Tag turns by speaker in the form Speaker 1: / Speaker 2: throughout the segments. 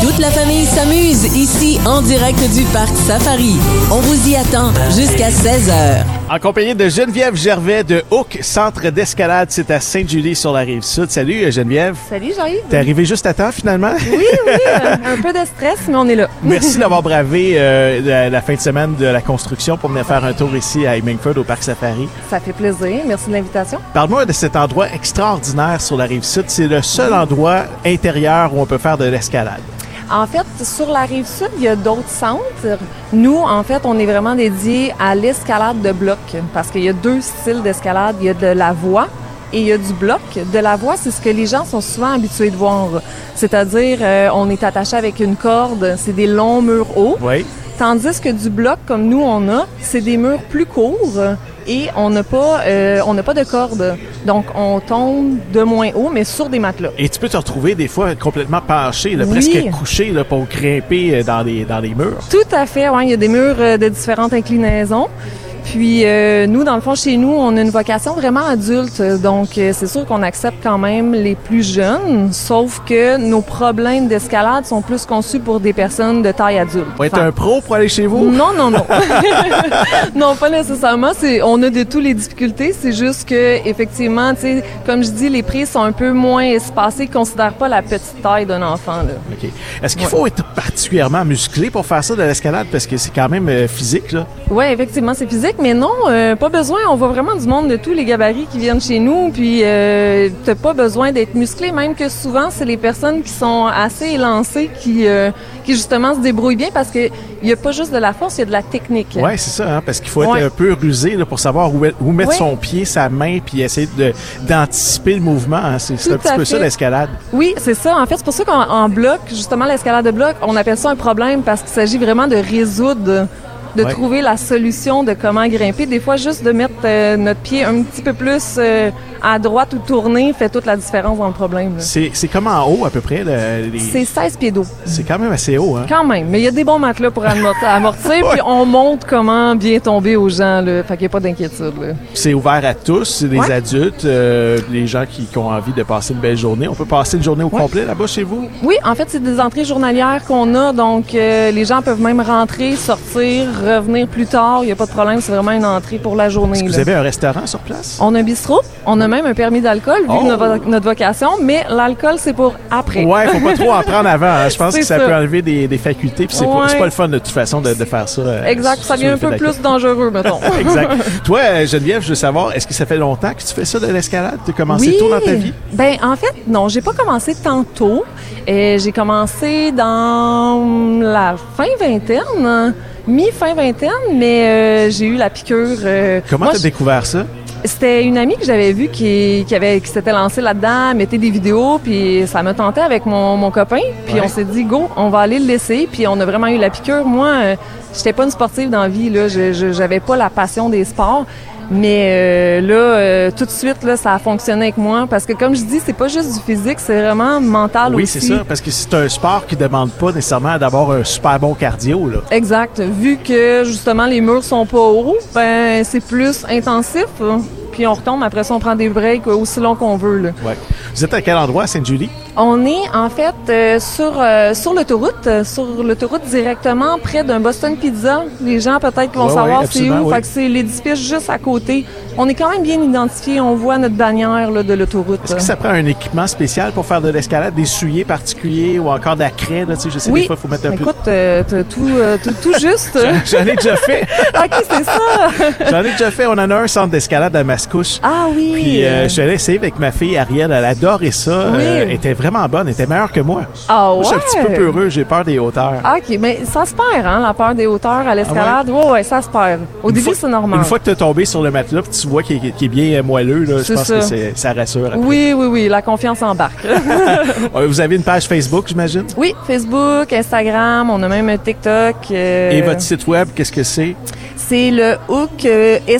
Speaker 1: Toute la famille s'amuse ici en direct du Parc Safari. On vous y attend jusqu'à 16h.
Speaker 2: En compagnie de Geneviève Gervais de Hook, centre d'escalade, c'est à Sainte-Julie sur la rive sud. Salut euh, Geneviève.
Speaker 3: Salut Jean-Yves.
Speaker 2: T'es arrivée juste à temps finalement?
Speaker 3: Oui, oui, euh, un peu de stress, mais on est là.
Speaker 2: Merci d'avoir bravé euh, la, la fin de semaine de la construction pour venir faire un tour ici à Hemingford au Parc Safari.
Speaker 3: Ça fait plaisir. Merci de l'invitation.
Speaker 2: Parle-moi de cet endroit extraordinaire sur la rive sud. C'est le seul endroit intérieur où on peut faire de l'escalade.
Speaker 3: En fait, sur la rive sud, il y a d'autres centres. Nous, en fait, on est vraiment dédié à l'escalade de bloc parce qu'il y a deux styles d'escalade. Il y a de la voie et il y a du bloc. De la voie, c'est ce que les gens sont souvent habitués de voir. C'est-à-dire, euh, on est attaché avec une corde, c'est des longs murs hauts.
Speaker 2: Oui.
Speaker 3: Tandis que du bloc, comme nous on a, c'est des murs plus courts et on n'a pas, euh, on n'a pas de corde. Donc, on tombe de moins haut, mais sur des matelas.
Speaker 2: Et tu peux te retrouver des fois complètement penché, là,
Speaker 3: Oui.
Speaker 2: presque couché là, pour grimper euh, dans les, dans les murs.
Speaker 3: Tout à fait, ouais, il y a des murs euh, de différentes inclinaisons. Puis euh, nous, dans le fond, chez nous, on a une vocation vraiment adulte, donc euh, c'est sûr qu'on accepte quand même les plus jeunes, sauf que nos problèmes d'escalade sont plus conçus pour des personnes de taille adulte.
Speaker 2: Faut être
Speaker 3: Enfin,
Speaker 2: un pro pour aller chez vous?
Speaker 3: Non, non, non. non, pas nécessairement. C'est, on a de toutes les difficultés. C'est juste que, effectivement, tu sais, comme je dis, les prix sont un peu moins espacés. Ils considèrent pas la petite taille d'un enfant, là.
Speaker 2: OK. Est-ce qu'il faut être particulièrement musclé pour faire ça de l'escalade? Parce que c'est quand même euh, physique. Là.
Speaker 3: Oui, effectivement, c'est physique, mais non, euh, pas besoin. On voit vraiment du monde de tous les gabarits qui viennent chez nous, puis euh, t'as pas besoin d'être musclé, même que souvent, c'est les personnes qui sont assez élancées qui, euh, qui justement se débrouillent bien parce que il y a pas juste de la force, il y a de la technique.
Speaker 2: Oui, c'est ça. hein, parce qu'il faut être
Speaker 3: Ouais.
Speaker 2: un peu rusé là, pour savoir où, où mettre
Speaker 3: Ouais.
Speaker 2: son pied, sa main, puis essayer de- d'anticiper le mouvement. hein. C'est c'est un
Speaker 3: Tout
Speaker 2: petit
Speaker 3: à
Speaker 2: peu ça
Speaker 3: fait.
Speaker 2: l'escalade.
Speaker 3: Oui, c'est ça. En fait, c'est pour ça qu'en en bloc, justement, l'escalade de bloc, on appelle ça un problème parce qu'il s'agit vraiment de résoudre, de
Speaker 2: Ouais.
Speaker 3: trouver la solution de comment grimper. Des fois, juste de mettre euh, notre pied un petit peu plus euh, à droite ou tourner fait toute la différence dans le problème. là.
Speaker 2: C'est c'est comme en haut à peu près. là, les-
Speaker 3: C'est 16 pieds d'eau,
Speaker 2: C'est quand même assez haut. Hein?
Speaker 3: quand même. Mais il y a des bons matelas pour amor- amortir, puis on montre comment bien tomber aux gens. Là. Fait qu'il n'y a pas d'inquiétude. là.
Speaker 2: C'est ouvert à tous, c'est des
Speaker 3: Ouais.
Speaker 2: adultes, euh, les gens qui, qui ont envie de passer une belle journée. On peut passer une journée au complet là-bas chez vous?
Speaker 3: Oui, en fait, c'est des entrées journalières qu'on a, donc euh, les gens peuvent même rentrer, sortir, revenir plus tard. Il n'y a pas de problème, c'est vraiment une entrée pour la journée.
Speaker 2: Est-ce que vous
Speaker 3: là.
Speaker 2: avez un restaurant sur place?
Speaker 3: On a un bistrot, on a même un permis d'alcool, vu
Speaker 2: Oh!
Speaker 3: notre, notre vocation, mais l'alcool, c'est pour après.
Speaker 2: Ouais, faut pas trop en prendre avant. hein. Je pense
Speaker 3: C'est
Speaker 2: que ça,
Speaker 3: ça.
Speaker 2: peut enlever des, des facultés, puis c'est pas-
Speaker 3: Ouais.
Speaker 2: c'est pas le fun de toute façon de, de faire ça. euh,
Speaker 3: Exact,
Speaker 2: sur- sur
Speaker 3: ça devient
Speaker 2: le
Speaker 3: un
Speaker 2: fait
Speaker 3: peu
Speaker 2: d'alcool.
Speaker 3: plus dangereux, mettons.
Speaker 2: Ah, exact. Toi, euh, Geneviève, je veux savoir, est-ce que ça fait longtemps que tu fais ça de l'escalade? Tu as commencé tôt dans ta vie?
Speaker 3: Ben en fait, non, j'ai pas commencé tantôt. Euh, j'ai commencé dans la fin vingtaine, hein, mi-fin vingtaine, mais euh, j'ai eu la piqûre. euh,
Speaker 2: Comment
Speaker 3: moi,
Speaker 2: tu as
Speaker 3: je-
Speaker 2: découvert ça?
Speaker 3: C'était une amie que j'avais vue qui, qui avait qui s'était lancée là-dedans, elle mettait des vidéos, puis ça me tentait avec mon, mon copain. Puis
Speaker 2: Ouais.
Speaker 3: on s'est dit go, on va aller le laisser. Puis on a vraiment eu la piqûre. Moi, euh, j'étais pas une sportive dans la vie là, je, je- j'avais pas la passion des sports. Mais euh, là, euh, tout de suite, là, ça a fonctionné avec moi parce que comme je dis, c'est pas juste du physique, c'est vraiment mental
Speaker 2: Oui,
Speaker 3: aussi.
Speaker 2: c'est ça, parce que c'est un sport qui demande pas nécessairement d'avoir un super bon cardio. Là.
Speaker 3: Exact. Vu que justement les murs sont pas hauts, ben c'est plus intensif. hein. Puis on retombe, après ça on prend des breaks euh, aussi longs qu'on veut. Là.
Speaker 2: Ouais. Vous êtes à quel endroit, à Sainte-Julie?
Speaker 3: On est en fait euh, sur euh, sur l'autoroute, euh, sur l'autoroute directement près d'un Boston Pizza. Les gens peut-être qui vont
Speaker 2: Ouais,
Speaker 3: savoir
Speaker 2: ouais,
Speaker 3: c'est
Speaker 2: absolument,
Speaker 3: où,
Speaker 2: oui.
Speaker 3: fait que c'est l'édifice juste à côté. On est quand même bien identifié, on voit notre bannière là, de l'autoroute.
Speaker 2: Est-ce que ça prend un équipement spécial pour faire de l'escalade, des souliers particuliers ou encore de la craie? Là, tu sais, je sais, des
Speaker 3: Oui.
Speaker 2: fois, il faut mettre un
Speaker 3: Écoute, euh, t'as tout, euh, t'as tout juste.
Speaker 2: peu... J'en ai déjà fait.
Speaker 3: ok, c'est ça.
Speaker 2: J'en ai déjà fait. On en a un centre d'escalade à Mascouche.
Speaker 3: Ah oui.
Speaker 2: Puis euh, je l'ai essayé avec ma fille Ariel. Elle adorait ça.
Speaker 3: Oui.
Speaker 2: Euh, elle était vraiment bonne. Elle était meilleure que moi.
Speaker 3: Ah
Speaker 2: Moi, je suis un
Speaker 3: ouais?
Speaker 2: petit peu peureux. J'ai peur des hauteurs.
Speaker 3: Ah, Ok, mais ça se perd, hein, la peur des hauteurs à l'escalade. ouais? ouais, ça se perd. Au
Speaker 2: Ah Une
Speaker 3: début,
Speaker 2: fois-
Speaker 3: c'est normal.
Speaker 2: Une fois que tu es tombé sur le matelas, puis tu vois qu'il est, qu'il est bien moelleux, là, je
Speaker 3: C'est
Speaker 2: pense
Speaker 3: ça.
Speaker 2: que c'est- ça rassure. après.
Speaker 3: Oui, oui, oui, la confiance embarque.
Speaker 2: Euh, Vous avez une page Facebook, j'imagine?
Speaker 3: Oui, Facebook, Instagram, on a même un TikTok. euh,
Speaker 2: Et votre site web, qu'est-ce que c'est?
Speaker 3: C'est le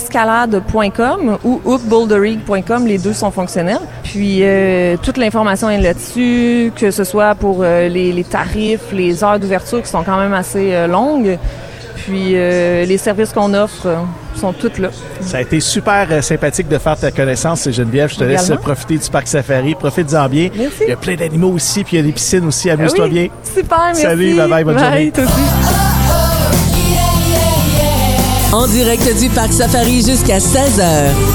Speaker 3: hookescalade.com ou hookbouldering.com, les deux sont fonctionnels. Puis euh, toute l'information est là-dessus, que ce soit pour euh, les, les tarifs, les heures d'ouverture qui sont quand même assez euh, longues. Puis euh, les services qu'on offre euh, sont tous là.
Speaker 2: Ça a été super euh, sympathique de faire ta connaissance, Geneviève. Je te laisse
Speaker 3: Également.
Speaker 2: profiter du parc safari. Profite-en bien.
Speaker 3: Merci.
Speaker 2: Il y a plein d'animaux aussi, puis il y a des piscines aussi. Amuse-toi
Speaker 3: Ah oui,
Speaker 2: bien.
Speaker 3: Super, merci.
Speaker 2: Salut, bye-bye, bonne journée.
Speaker 3: toi aussi.
Speaker 1: En direct du Parc Safari jusqu'à 16h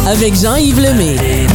Speaker 1: avec Jean-Yves Lemay.